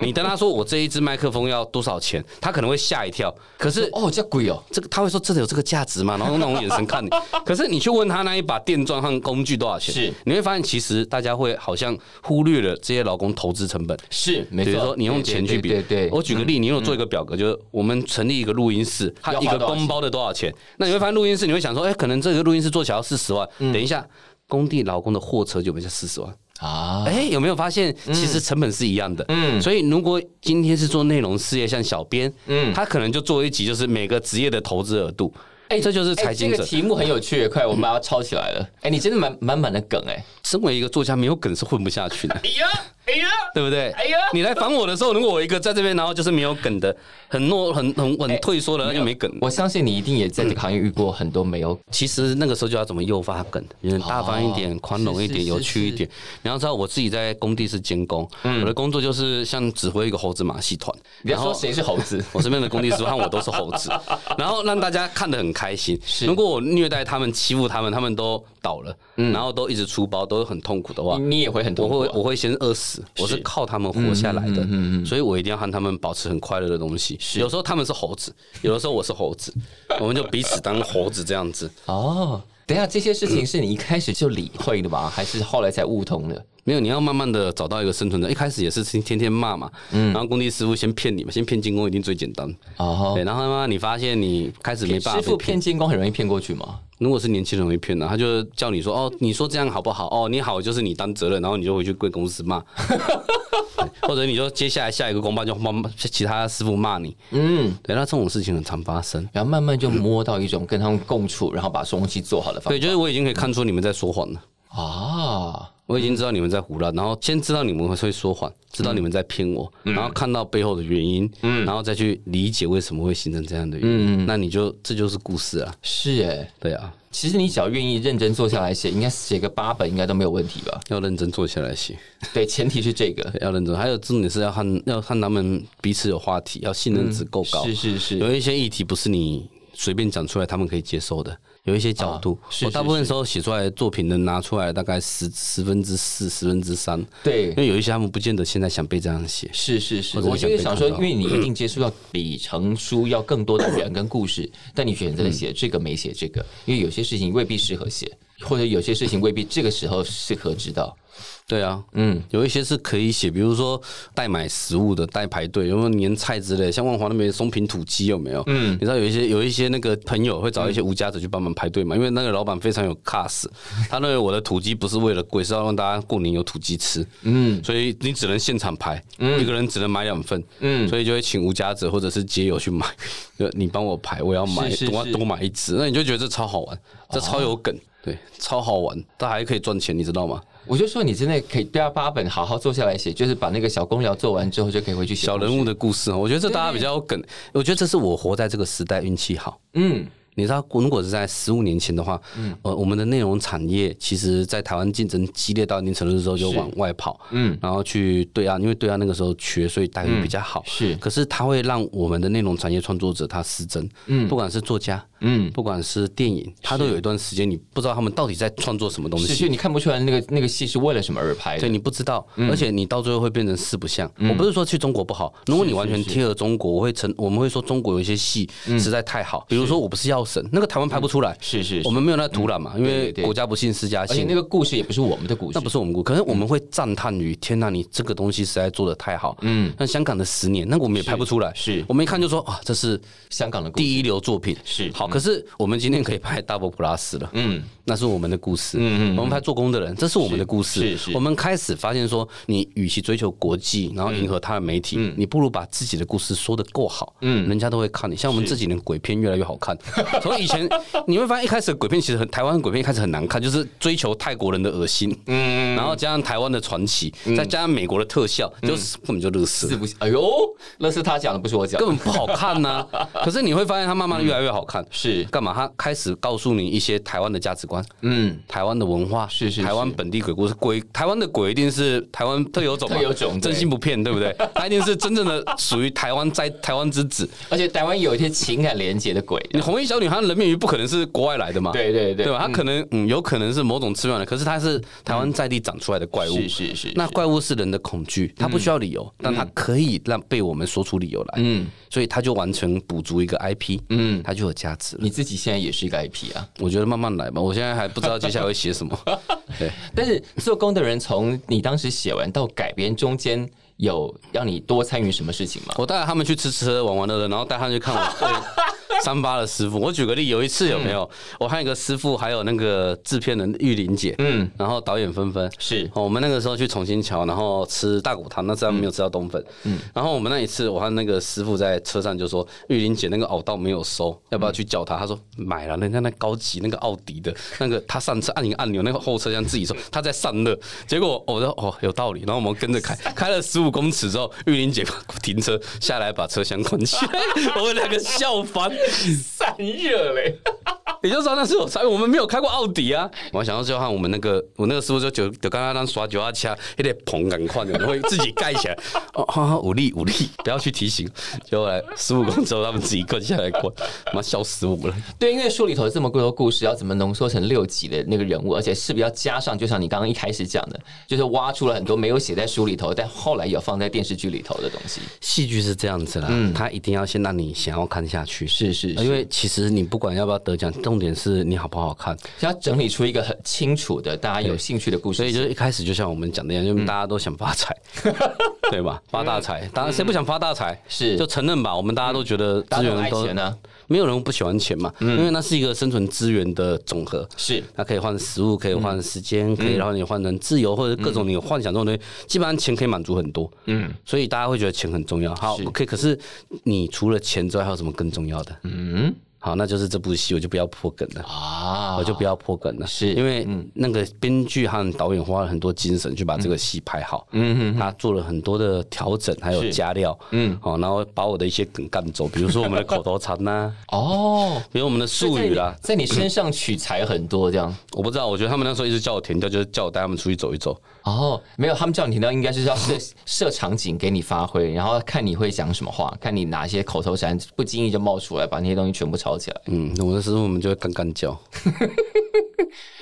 S2: 你跟他说我这一支麦克风要多少钱，他可能会吓一跳，可是
S3: 哦，这贵哦，
S2: 这个他会说真的有这个价值吗？然后用那种眼神看你。可是你去问他那一把电钻和工具多少钱，
S3: 是
S2: 你会发现其实大家会好像忽略了这些劳工投资成本。
S3: 是没
S2: 比如
S3: 错
S2: 说，你用钱去比，
S3: 对对，对嗯
S2: 我举个例，你有做一个表格，就是我们成立一个录音室，它
S3: 要花
S2: 一个
S3: 多少钱
S2: 公包的多少
S3: 嗯
S2: 钱？那你会发现录音室，你会想说，哎，可能这个录音室做起来要四十万，
S3: 嗯
S2: 等一下工地劳工的货车就变成四十万。
S3: 啊，
S2: 哎、有没有发现
S3: 嗯
S2: 其实成本是一样的？嗯，所以如果今天是做内容事业，像小编，嗯，他可能就做一集，就是每个职业的投资额度。哎、这就是财经
S3: 哎这
S2: 者
S3: 个。题目很有趣，快，我们把它抄起来了。哎，你真的满满满的梗哎，
S2: 身为一个作家，没有梗是混不下去的，
S1: 哎呀，哎呀，
S2: 对不对？
S1: 哎呀
S2: 你来烦我的时候，如果我一个在这边，然后就是没有梗的，很 懦、很很很退缩的，
S3: 哎
S2: 那就没梗。
S3: 我相信你一定也在这个行业遇过很多没有
S2: 其实那个时候就要怎么诱发梗，有点大方一点、宽容一
S3: 是
S2: 点、
S3: 哦是
S2: 有趣一点。你要知道，我自己在工地是监工，
S3: 嗯
S2: 我的工作就是像指挥一个猴子马戏 团，
S3: 你要
S2: 然后？
S3: 说谁是猴子
S2: 我身边的工地师傅和我都是猴子，然后让大家看得很开心。
S3: 是
S2: 如果我虐待他们、欺负他们，他们都倒了，
S3: 嗯
S2: 然后都一直出包，都很痛苦的话
S3: 你，你也会很
S2: 我
S3: 痛苦、
S2: 会
S3: 啊。
S2: 我会先饿死。我是靠他们活下来的，
S3: 嗯
S2: 所以我一定要和他们保持很快乐的东西。有时候他们是猴子，有的时候我是猴 子，我们就彼此当猴子这样子。
S3: 哦，等一下，这些事情是你一开始就理会的吗？还是后来才悟通的？
S2: 没有，你要慢慢的找到一个生存的。一开始也是天天骂嘛，
S3: 嗯
S2: 然后工地师傅先骗你嘛，先骗进攻一定最简单。
S3: 哦，
S2: 对，然后慢慢你发现你开始没办法
S3: 师
S2: 被
S3: 傅骗监工很容易骗过去吗？
S2: 如果是年轻人会骗的、他就叫你说哦，你说这样好不好？哦，你好就是你担责任，然后你就回去跪公司骂， 对或者你就接下来下一个公办就骂其他师傅骂你，嗯，对，那这种事情很常发生。
S3: 然后慢慢就摸到一种跟他们共处，然后把东西做好的方
S2: 对，就是我已经可以看出你们在说谎了，
S3: 法啊。
S2: 我已经知道你们在胡乱，然后先知道你们会说谎，知道你们在骗我，然后看到背后的原因，然后再去理解为什么会形成这样的原因，那你就这就是故事啊，
S3: 是哎、
S2: 对啊，
S3: 其实你只要愿意认真坐下来写，应该写个八本应该都没有问题吧？
S2: 要认真坐下来写。
S3: 对，前提是这个。
S2: 要认真，还有重点是要和要和他们彼此有话题，要信任值够高。
S3: 嗯是是是，
S2: 有一些议题不是你随便讲出来他们可以接受的，有一些角度，
S3: 啊是
S2: 我大
S3: 是
S2: 部分时候写出来的作品能拿出来大概十十分之四、十分之三，
S3: 对
S2: 因，为有一些他们不见得现在想被这样写。
S3: 是是是，
S2: 或者
S3: 我
S2: 你想
S3: 就是
S2: 被
S3: 想
S2: 看
S3: 说，
S2: 到
S3: 因为你一定接触到比成书要更多的人跟故事， 但你选择
S2: 嗯
S3: 了写这个没写这个，因为有些事情未必适合写，或者有些事情未必这个时候适合知道。
S2: 对啊，嗯，有一些是可以写，比如说代买食物的、代排队，有没有年菜之类，像万华那边松平土鸡有没有？嗯，你知道有一些有一些那个朋友会找一些无家者去帮忙排队嘛，因为那个老板非常有 class，他认为我的土鸡不是为了贵，是要让大家过年有土鸡吃，嗯，所以你只能现场排，一个人只能买两份，嗯，所以就会请无家者或者是街友去买， 就你帮我排，我要买，
S3: 是是
S2: 多
S3: 是
S2: 多买一只，那你就觉得这超好玩，这超有梗，对，超好玩，但还可以赚钱，你知道吗？
S3: 我就说你真的可以对啊，八本好好坐下来写，就是把那个小公聊做完之后就可以回去写
S2: 小
S3: 物。
S2: 人物的故事哦，我觉得这大家比较有梗。我觉得这是我活在这个时代运气好。
S3: 嗯，
S2: 你知道，如果是在十五年前的话，呃，我们的内容产业其实，在台湾竞争激烈到一定程度的时候，就往外跑，嗯，然后去对岸，因为对岸那个时候缺，所以待遇比较好。
S3: 嗯是
S2: 可是它会让我们的内容产业创作者他失真，嗯，不管是作家，嗯，不管是电影，他都有一段时间你不知道他们到底在创作什么东
S3: 是，
S2: 西
S3: 所以。你看不出来那个那个戏是为了什么而拍
S2: 对
S3: 的。
S2: 你不知道，
S3: 嗯
S2: 而且你到最后会变成四不像。我不是说去中国不好，如果你完全贴合中国，我会成我们会说中国有一些戏实在太好。比如说我不是药神，那个台湾拍不出来，
S3: 嗯是是嗯
S2: 我们没有那个土壤嘛，因为
S3: 对对
S2: 国家不信施加
S3: 而且
S2: 信
S3: 那。个故事也不是我们的故事
S2: 那不，是我们故，可是我们会赞叹于天呐，你这个东西实在做的太好。嗯，那香港的十年，那个我们也拍不出来，
S3: 是
S2: 我们一看就说啊，这是
S3: 香港的故事。
S2: 第一流作品
S3: 是嗯
S2: 好，可是我们今天可以拍 Double Plus 了，嗯，那是我们的故事，嗯嗯，我们拍做工的人，这是我们的故事，
S3: 是是
S2: 我们开始发现说，你与其追求国际，然后迎合他的媒体，你不如把自己的故事说的够好，嗯，人家都会看你。像我们这几年鬼片越来越好看，从以前你会发现一开始的鬼片其实很台湾的鬼片一开始很难看，就是追求泰国人的恶心，嗯， 然后加上台湾的传奇，再加上美国的特效，就是根本就乐死
S3: 是不是？哎呦，那是他讲的，不是我讲
S2: 根
S3: 的。
S2: 本不好看 呐、可是你会发现，它慢慢的越来越好看。
S3: 是
S2: 干嘛？它开始告诉你一些台湾的价值观，
S3: 嗯，
S2: 台湾的文化，
S3: 是是
S2: 台湾本地鬼故事。鬼台湾的鬼一定是台湾特有种嘛，
S3: 特有种对
S2: 真心不骗，对不 对？它一定是真正的属于台湾在台湾之子。
S3: 而且台湾有一些情感连结的鬼，
S2: 你红衣小女孩人面鱼不可能是国外来的嘛？
S3: 对对对，
S2: 对吧？它可能嗯，有可能是某种次元的，可是它是台湾在地长出来的怪物。
S3: 是是是，
S2: 那
S3: 是嗯
S2: 怪物是人的恐惧，它不需要理由，但它可以让被我们说出理由来，嗯，所以它就完成补足一个 IP，嗯，它就有价值了。
S3: 你自己现在也是一个 IP 啊。
S2: 我觉得慢慢来吧，我现在还不知道接下来会写什 么。对，
S3: 但是做工的人从你当时写完到改编中间，有让你多参与什么事情吗？
S2: 我带他们去吃吃喝玩玩乐乐，然后带他们去看我对三八的师傅。我举个例，有一次有没有？我和一个师傅，还有那个制片人玉玲姐，嗯，然后导演纷纷
S3: 是
S2: 哦，我们那个时候去重新桥，然后吃大骨汤，那次他们没有吃到冬粉。嗯，然后我们那一次，我和那个师傅在车上就说，玉玲姐那个熬到没有收，要不要去叫他？他说买了，人家那高级那个奥迪的那个，他上车按一个按钮，那个后车厢自己收，他在散热。结果我说哦有道理，然后我们跟着开，开了十五公尺之后，玉玲姐 停车下来把车厢关起来， 我们两个笑翻。
S3: 散热嘞，
S2: 你就知道那是有差，我们没有开过奥迪啊。我想到就和我们那个我那个师傅就就就刚刚当耍九二掐，有点捧赶快的，然后会自己盖起来。哦，好好武力武力，不要去提醒。结果来十五公之后，他们自己滚下来滚，妈笑死我了。
S3: 对，因为书里头这么多故事，要怎么浓缩成六集的那个人物，而且是不是要加上，就像你刚刚一开始讲的，就是挖出了很多没有写在书里头，但后来有放在电视剧里头的东西。
S2: 戏剧是这样子啦，他一定要先让你想要看下去。呃
S3: 是是是
S2: 因为其实你不管要不要得奖，重点是你好不好看。
S3: 要整理出一个很清楚的、大家有兴趣的故事。
S2: 所以就是一开始就像我们讲的一样，因为大家都想发 财，对吧？发大财，当然谁不想发大财？
S3: 是
S2: 就承认吧，我们嗯大家都觉得
S3: 大
S2: 资
S3: 家都爱
S2: 源都
S3: 钱呢、
S2: 没有人不喜欢钱嘛，因为那是一个生存资源的总和。
S3: 是
S2: 它可以换食物，可以换时间，可以让你换成自由，或者各种你幻想中的东西。基本上钱可以满足很多，嗯，所以大家会觉得钱很重要。好，OK，可是你除了钱之外，还有什么更重要的？嗯，好，那就是这部戏，我就不要破梗了。
S3: 啊，
S2: 我就不要破梗了，
S3: 是
S2: 因为那个编剧和导演花了很多精神去把这个戏拍好，嗯他做了很多的调整，还有加料，嗯，好，然后把我的一些梗干走，比如说我们的口头禅呐、
S3: 哦，
S2: 比如我们的术语啦，
S3: 在你身上取材很多这样。
S2: 我不知道，我觉得他们那时候一直叫我停掉，就是叫我带他们出去走一走。
S3: 哦，没有，他们叫你听到应该是要设 设场景给你发挥，然后看你会讲什么话，看你哪些口头禅不经意就冒出来，把那些东西全部抄起来。
S2: 嗯，我的师傅们就会干干叫，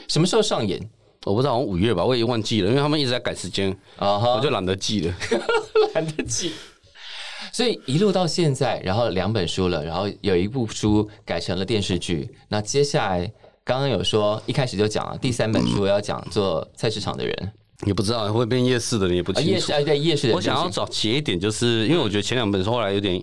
S3: 什么时候上演？
S2: 我不知道，好像五月吧，我已经忘记了，因为他们一直在改时间，
S3: 啊
S2: 我
S3: 哈，
S2: 就懒得记了。
S3: 懒得记。所以一路到现在，然后两本书了，然后有一部书改成了电视剧。那接下来刚刚有说一开始就讲了，第三本书要讲做菜市场的人，
S2: 也不知道会变夜市的，你也不
S3: 啊、
S2: 清
S3: 夜
S2: 楚
S3: 市。哎对夜市的人
S2: 我想要找写一点，就是因为我觉得前两本书后来有点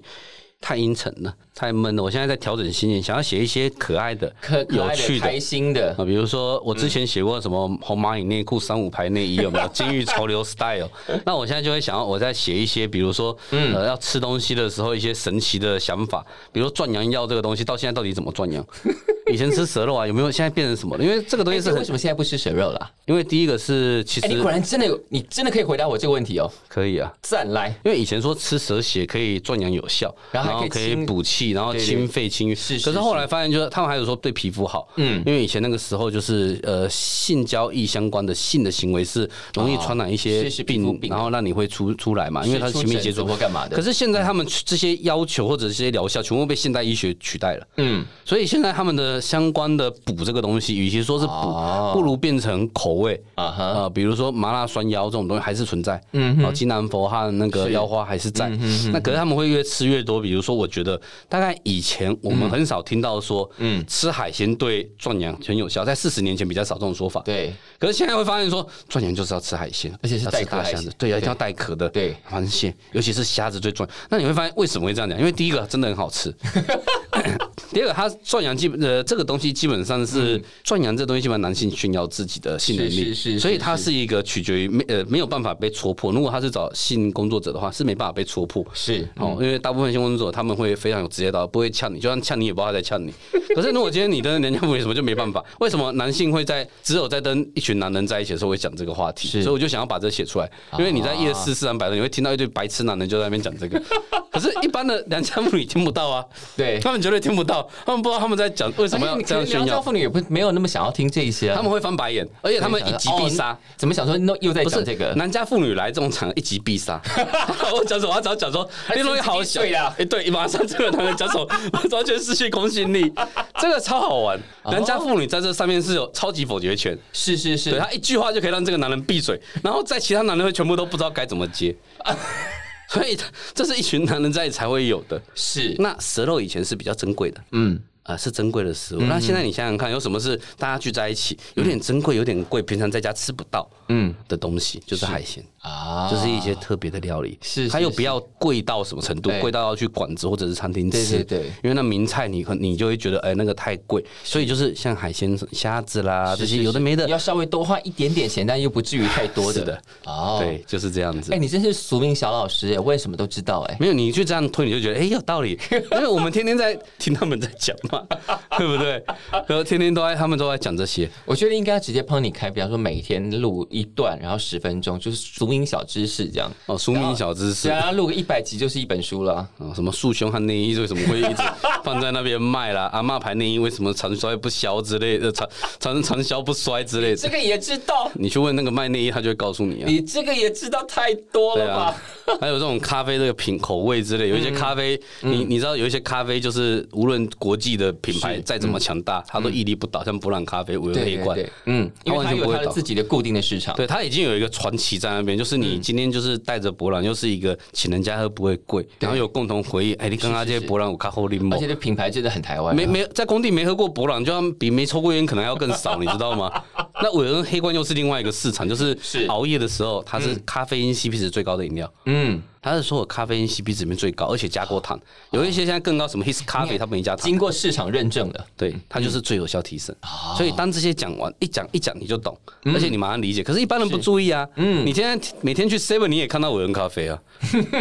S2: 太阴沉了，太闷了。我现在在调整心情，想要写一些可爱的、
S3: 可可
S2: 有
S3: 爱的、
S2: 趣的
S3: 开心的，
S2: 啊，比如说我之
S3: 嗯
S2: 前写过什么红蚂蚁内裤、三五排内衣有没有？监狱潮流 style。那我现在就会想要我在写一些，比如说，
S3: 嗯
S2: 呃，要吃东西的时候一些神奇的想法，比如说壮阳药这个东西到现在到底怎么壮阳？以前吃蛇肉啊，有没有？现在变成什么了？因为这个东西是
S3: 哎为
S2: 很
S3: 什，么现在不吃蛇肉了啊？
S2: 因为第一个是其
S3: 哎、你
S2: 实
S3: 果然真的有，你真的可以回答我这个问题哦，
S2: 可以啊，
S3: 赞来。
S2: 因为以前说吃蛇血可以壮阳有效，
S3: 然后还可以
S2: 可以
S3: 清
S2: 补气，然后
S3: 对对
S2: 清肺清瘀。
S3: 是是
S2: 可是后来发现，就是他们还有说对皮肤好，嗯，因为以前那个时候就是呃性交易相关的性的行为是容易传染一
S3: 哦是
S2: 些
S3: 是皮肤
S2: 病，
S3: 病
S2: 然后让你会出出来嘛，因为它是亲密接触
S3: 或干嘛的？
S2: 可是
S3: 嗯
S2: 现在他们这些要求或者这些疗效，全部被现代医学取代了。嗯，所以现在他们的得相关的补这个东西，与其说是
S3: 哦
S2: 补，不如变成口味
S3: 啊哈
S2: 呃比如说麻辣酸腰这种东西还是存在，嗯，哦，金兰佛和那个腰花还是嗯在。那可是他们会越吃越多。比如说，我觉得大概以前我们很少听到说，嗯，吃海鲜对壮阳很有效，在四十年前比较少这种说法。。
S3: 对，
S2: 可是现在会发现说，壮阳就是要吃海鲜，
S3: 而且是
S2: 要吃
S3: 带壳
S2: 大
S3: 海
S2: 虾
S3: 鲜
S2: 子，对，一啊定要带壳的，
S3: 对
S2: 螃蟹，尤其是虾子最重要。那你会发现为什么会这样讲？因为第一个真的很好 吃，第二个它壮阳基本呃这个东西基本上是壮阳这东西基本上男性炫耀自己的性能力，
S3: 嗯是是是是
S2: 所以它是一个取决于没呃没有办法被戳破。如果他是找性工作者的话，是没办法被戳破。
S3: 是
S2: 哦，因为大部分性工作者他们会非常有职业道德，不会呛你，就算呛你也不知道他在呛你。可是如果今天你跟人家为什么就没办法？为什么男性会在只有在跟一群男人在一起的时候会讲这个话题？
S3: 是啊
S2: 所以我就想要把这写出来，因为你在夜市四三百的，你会听到一堆白痴男人就在那边讲这个，可是一般的良家妇女听不到啊，
S3: 对。
S2: 他们绝对听不到，他们不知道他们在讲为什么要这样炫
S3: 良家
S2: 耀，
S3: 妇女也不没有那么想要听这一些啊，
S2: 他们会翻白眼，而且他们一击必杀。
S3: 哦怎么想说？那又在
S2: 不是
S3: 讲这个？
S2: 男家妇女来这种场合一击必 杀。我讲什么？我只要讲说
S3: 是
S2: 你东西好小
S3: 自己对啊
S2: 哎，对，马上这个男人讲 什么，我完全失去公信力。这个超好玩，男家妇女在这上面是有超级否决权，
S3: 是哦是
S2: 对
S3: 是，
S2: 他一句话就可以让这个男人闭嘴，然后在其他男人会全部都不知道该怎么 接。所以这是一群男人在才会有的。
S3: 是
S2: 那蛇肉以前是比较珍贵的，
S3: 嗯，
S2: 啊，是珍贵的食物。那现在你想想看，有什么是大家聚在一起，有点珍贵，有点贵，平常在家吃不到，嗯的东西，就是海鲜，
S3: 啊，
S2: 就是一些特别的料理。
S3: 是是
S2: 它又不要贵到什么程度
S3: 对，
S2: 贵到要去馆子或者是餐厅吃。
S3: 对对对
S2: 因为那名菜你可你就会觉得，哎，那个太贵。所以就是像海鲜、虾子啦这
S3: 是
S2: 些有的没的
S3: 要，稍微多花一点点钱，但又不至于太多
S2: 是
S3: 的
S2: 的。
S3: 哦，
S2: 对，，就是这样子
S3: 哎，。你真是俗名小老师哎，我也什么都知道哎。
S2: 没有，你去这样推，你就觉得哎、诶有道 理，因为我们天天在听他们在讲嘛，对不对？然后天天都在他们都在讲这些，
S3: 我觉得应该直接帮你开，比方说每天录一段，然后十分钟，就是俗名小知识这样。
S2: 哦，俗名小知识
S3: 对。啊，录个一百集就是一本书了。
S2: 啊，什么束胸和内衣为什么会一直放在那边卖 啦？阿嬷牌内衣为什么长衰不消之类的，长长长销不衰之类
S3: 这
S2: 的？
S3: 个也知道，
S2: 你去问那个卖内衣，他就会告诉你啊。
S3: 你这个也知道太多
S2: 对
S3: 了
S2: 啊
S3: 吧？，嗯
S2: 还有这种咖啡这个品口味之类，有一些咖啡，你你知道有一些咖啡就是无论国际的品牌再怎么强大，它都屹立不倒，像布朗咖啡、维
S3: 对
S2: 尔黑罐，
S3: 嗯对对嗯，
S2: 它
S3: 因为
S2: 完
S3: 它
S2: 全不
S3: 有
S2: 会
S3: 它的
S2: 倒
S3: 自己的固定的市场。
S2: 对，它已经有一个传奇在那边，就是
S3: 嗯
S2: 你今天就是带着博朗，又是一个请人家喝不会贵，然后有共同回忆。哎，你刚刚这些博朗我看后立
S3: 而
S2: 某
S3: 且，这品牌真的很台湾啊，
S2: 嗯没没在工地没喝过博朗，就要比没抽过烟可能还要更 少，你知道吗？那伟恩黑罐又是另外一个市场，就是
S3: 是
S2: 熬夜的时候，它是咖啡因 CP 值最高的饮料。
S3: 嗯，
S2: 它是所有咖啡因 CP 值里面最高，而且加过
S3: 哦
S2: 糖，有一些现在更高，什么 His Coffee 它没加糖
S3: 经，过市场认证的，
S2: 对，它就是最有效提升。
S3: 哦
S2: 所以当这些讲完，一讲一讲你就懂，
S3: 嗯
S2: 而且你马上理解。可是，一般人不注意啊。嗯，你现在每天去 Seven 你也看到伟人咖啡 啊，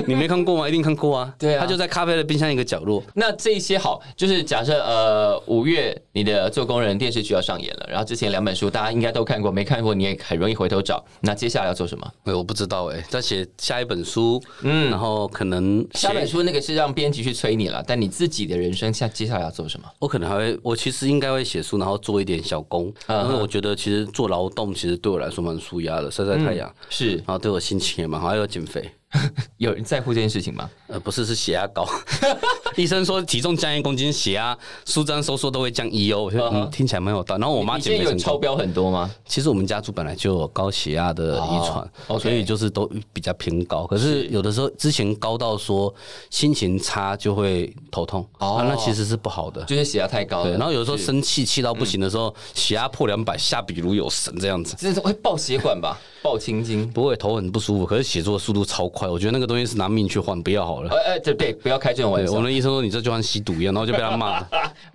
S2: 你没看过吗？一定看过啊。
S3: 对啊
S2: 它就在咖啡的冰箱一个角落。
S3: 那这一些好，就是假设呃五月你的做工人电视剧要上演了，然后之前两本书大家应该都看过，没看过你也很容易回头找。那接下来要做什么？
S2: 哎，我不知道哎、在写下一本书，嗯，然后可能写
S3: 下本书那个是让编辑去催你了，但你自己的人生下接下来要做什么？
S2: 我可能还会，我其实应该会写书，然后做一点小工，
S3: 嗯
S2: 因为我觉得其实做劳动其实对我来说蛮舒压的，晒晒太阳，
S3: 是
S2: 然后对我心情也蛮好，还有减肥。
S3: 有人在乎这件事情吗？
S2: 呃，不是，是血压高。 医生说体重降一公斤，血压舒张收缩都会降一哦。我觉得、
S3: 嗯哼
S2: 嗯、听起来蛮有道理。然后我妈
S3: 你现
S2: 减肥
S3: 在有
S2: 成
S3: 超
S2: 功。
S3: 标很多吗？
S2: 其实我们家族本来就有高血压的遗传，
S3: 哦，OK
S2: 所以就是都比较偏高。可是有的时候之前高到说心情差就会头痛，
S3: 哦
S2: 啊、那其实是不好的。
S3: 就是血压太高了，
S2: 对，然后有的时候
S3: 是嗯
S2: 生气气到不行的时候，血压破两百，下笔如有神这样子。
S3: 这是会爆血管吧，爆青筋。
S2: 不会头很不舒服，可是写作速度超快，我觉得那个东西是拿命去换，不要好了。
S3: 呃呃，对对，不要开这种玩
S2: 对，我
S3: 笑。
S2: 们的医生说你这就像吸毒一样，然后就被他骂 了。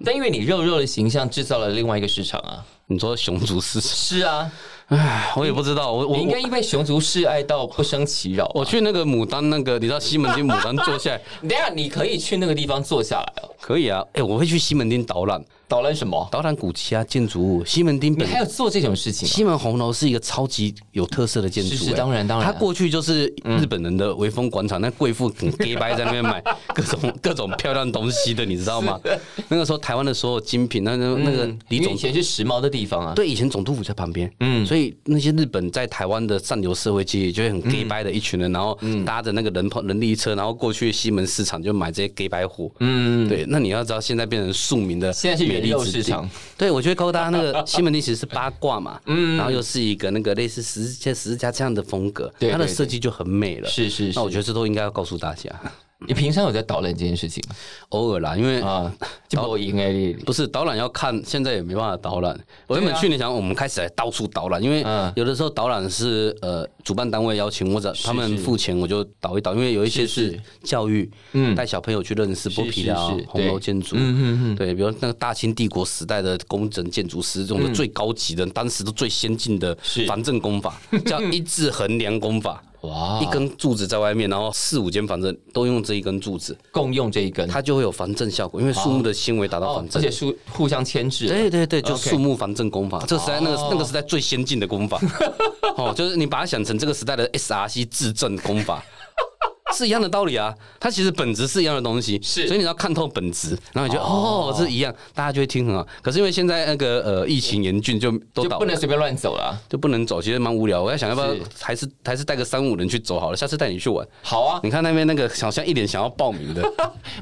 S3: 但因为你肉肉的形象制造了另外一个市场啊。
S2: 你说熊族市场？
S3: 是啊，
S2: 唉，我也不知道，我我
S3: 你应该
S2: 我
S3: 因为熊族示爱到不生其扰吧。啊
S2: 我去那个牡丹那个，你知道西门町牡丹坐下来
S3: 等一下你可以去那个地方坐下来哦。
S2: 可以啊，哎、我会去西门町导览，
S3: 捣乱什么？
S2: 导览古迹啊、建筑物。西门町
S3: 你
S2: 本
S3: 还有做这种事情、哦？
S2: 西门红楼是一个超级有特色的建筑、
S3: 是是
S2: 哎
S3: 当然当然啊嗯
S2: 它过去就是日本人的威风广场，那贵妇很 gay 白在那边买各种各种漂亮东西的，你知道吗？那个时候台湾的所有精品，那那那个李
S3: 因为
S2: 总
S3: 以前是时髦的地方啊。
S2: 对，以前总督府在旁边，嗯，所以那些日本在台湾的上流社会阶级就会
S3: 嗯
S2: 很 gay 掰的一群人，然后搭着那个人人力车，然后过去西门市场就买这些 gay 掰货，嗯，对。那你要知道，现在变成庶民的
S3: 现在是
S2: 美
S3: 原
S2: 丽
S3: 肉
S2: 之地
S3: 市场，
S2: 对我觉得告诉大家，那个西门町其实是八卦嘛，嗯，然后又是一个那个类似十字架十字架这样的风格，
S3: 对
S2: 它的
S3: 对
S2: 设计就很美了，
S3: 是是是
S2: 那我觉得这都应该要告诉大家，
S3: 你平常有在捣乱这件事情吗
S2: 偶尔啦，因为
S3: 啊？就我应该
S2: 不是导览要看，现在也没办法导览。我原本去年想，我们开始来到处导览，因为
S3: 啊嗯
S2: 有的时候导览是呃主办单位邀请或者他们付钱，我就导一导。因为有一些
S3: 是嗯
S2: 是教育，带小朋友去认识剥皮寮
S3: 是是、
S2: 红楼建筑，嗯嗯嗯，对，比如那个大清帝国时代的工整建筑师，用的最高级的，当时都最先进的
S3: 嗯是
S2: 防震工 法，叫一字横梁工法。
S3: 哇
S2: 一根柱子在外面，然后四五间房子都用这一根柱子，
S3: 共用这一根，
S2: 它就会有防震效果，因为树木的纤维达到
S3: 哦
S2: 防，
S3: 而
S2: 震
S3: 且。是互相牵制，啊
S2: 对对对，就
S3: OK 哦
S2: 树木防震工法，这时代那个那个时代最先进的工 法，哦，就是你把它想成这个时代的 SRC 自证工 法。是一样的道理啊，它其实本质是一样的东西，
S3: 是
S2: 所以你要看透本质，然后你觉得哦这一样，大家就会听很好。可是因为现在那个呃疫情严峻，就都
S3: 就
S2: 倒
S3: 不能
S2: 了，
S3: 随便乱走了。
S2: 就不能走，其实蛮无聊。我在想要不要
S3: 是
S2: 还是还是带个三五人去走好了，下次带你去玩。
S3: 好啊，
S2: 你看那边那个好像一脸想要报名的，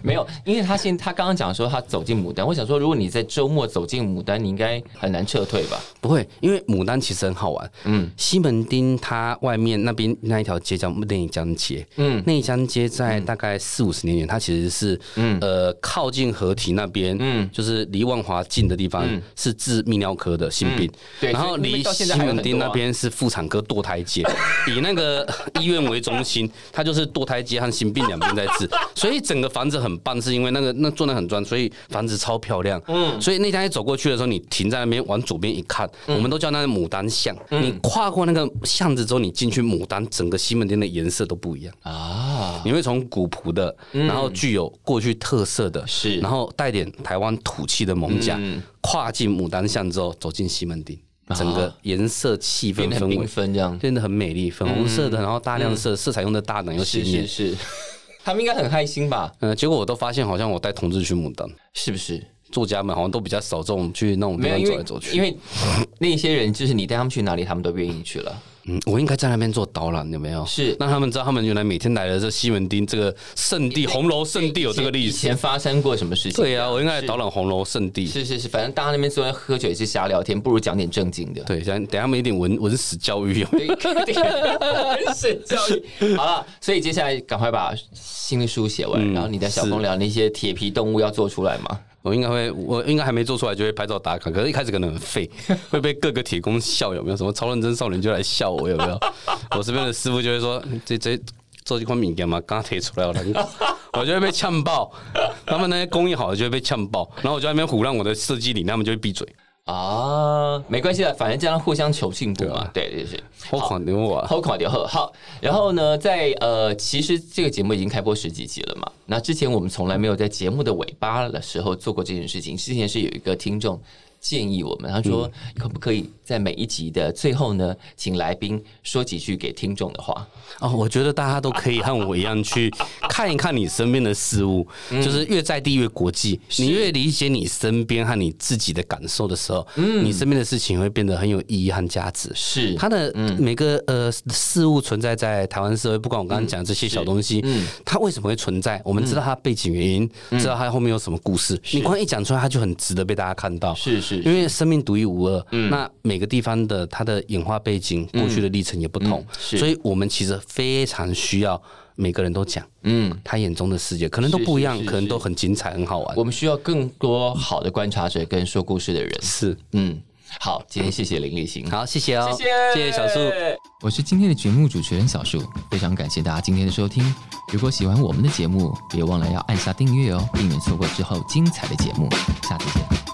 S3: 没有，因为他现他刚刚讲说他走进牡丹，我想说，如果你在周末走进牡丹，你应该很难撤退吧？
S2: 不会，因为牡丹其实很好玩。嗯，西门町它外面那边那一条街叫内江街。嗯，内江街在
S3: 嗯
S2: 大概四五十年前，它其实是嗯呃靠近河堤那边，嗯，就是离万华近的地方是治泌尿科的性病。
S3: 嗯对
S2: 然后
S3: 所以那边
S2: 离
S3: 到现
S2: 西
S3: 在还有
S2: 门
S3: 很多啊
S2: 町那边是妇产科堕胎街， 以那个 医院为中心，它就是堕胎街和性病两边在治。 所以整个房子很棒，是因为那个那做的很专，所以房子超漂亮。嗯，所以那天走过去的时候，你停在那边往左边一看，
S3: 嗯
S2: 我们都叫那个牡丹巷。你跨过那个巷子之后，你进去牡丹，整个西门町的颜色都不一样。
S3: 啊，嗯
S2: 你会从古朴的，然后具有过去特色的，
S3: 是嗯
S2: 然后带点台湾土气的蒙甲，跨进牡丹巷之后，走进西门町，整个颜色、气氛
S3: 啊变、得很
S2: 氛
S3: 缤
S2: 围
S3: 纷这样，
S2: 真的很美丽，粉红色的，然后大量色，色彩用的大胆又鲜
S3: 嗯是
S2: 艳
S3: 是。是， 他们应该很开心吧？
S2: 嗯，结果我都发现，好像我带同志去牡丹，
S3: 是不是？
S2: 作家们好像都比较少这种去那种地
S3: 没有，
S2: 方
S3: 因
S2: 走来
S3: 为
S2: 走去。
S3: 因为那些人就是你带他们去哪里，他们都愿意去了。
S2: 嗯，我应该在那边做导览，有没有？
S3: 是
S2: 让他们知道他们原来每天来的这西门町这个圣地，红楼圣地有这个历
S3: 以
S2: 史。
S3: 前发生过什么事情？
S2: 对呀、啊，我应该来导览红楼圣地。
S3: 是是是，反正大家那边坐在喝酒也是瞎聊天，不如讲点正经的。
S2: 对，想等他们一点文文史教育有没有？
S3: 是教育。好了，所以接下来赶快把心理书写完，然后你的小公聊那些铁皮动物要做出来嘛。
S2: 我应该会，我应该还没做出来就会拍照打卡，可是一开始可能很废， 会被各个铁工笑，有没有？什么超认真少年就来笑我，有没有？我这边的师傅就会说，这这做这款敏感嘛，刚提出来了， 我就会被呛爆。他们那些工艺好的就会被呛爆，然后我就在那边胡乱我的设计理念，他们就会闭嘴。
S3: 啊，没关系的，反正这样互相求进步嘛。对啊对对，
S2: 我狂牛我啊，
S3: 好垮掉后好。然后呢，在呃，其实这个节目已经开播十几集了嘛。那之前我们从来没有在节目的尾巴的时候做过这件事情。之前是有一个听众建议我们，他说可不可以在每一集的最后呢，请来宾说几句给听众的话。
S2: 哦，我觉得大家都可以和我一样去看一看你身边的事物，就是越在地越国际。你越理解你身边和你自己的感受的时候，你身边的事情会变得很有意义和价值。
S3: 是
S2: 它的每个呃事物存在在台湾社会，不管我刚刚讲的这些小东西，它为什么会存在？我们知道它背景原因，知道它后面有什么故事。你光一讲出来，它就很值得被大家看到。
S3: 是是嗯
S2: 因为生命独一无二，那每个地方的它的演化背景、过去的历程也不同，
S3: 嗯是
S2: 所以我们其实非常需要每个人都讲，嗯，他眼中的世界可能都不一样，
S3: 是是是
S2: 可能都很精彩、很好玩
S3: 我。们需要更多好的观察者跟说故事的人。
S2: 是，
S3: 嗯，好，今天谢谢林立行。
S2: 好，谢谢哦，
S3: 嗯谢谢
S2: 谢谢小树。
S3: 我是今天的节目主持人小树，非常感谢大家今天的收听。如果喜欢我们的节目，别忘了要按下订阅哦，避免错过之后精彩的节目。下次见。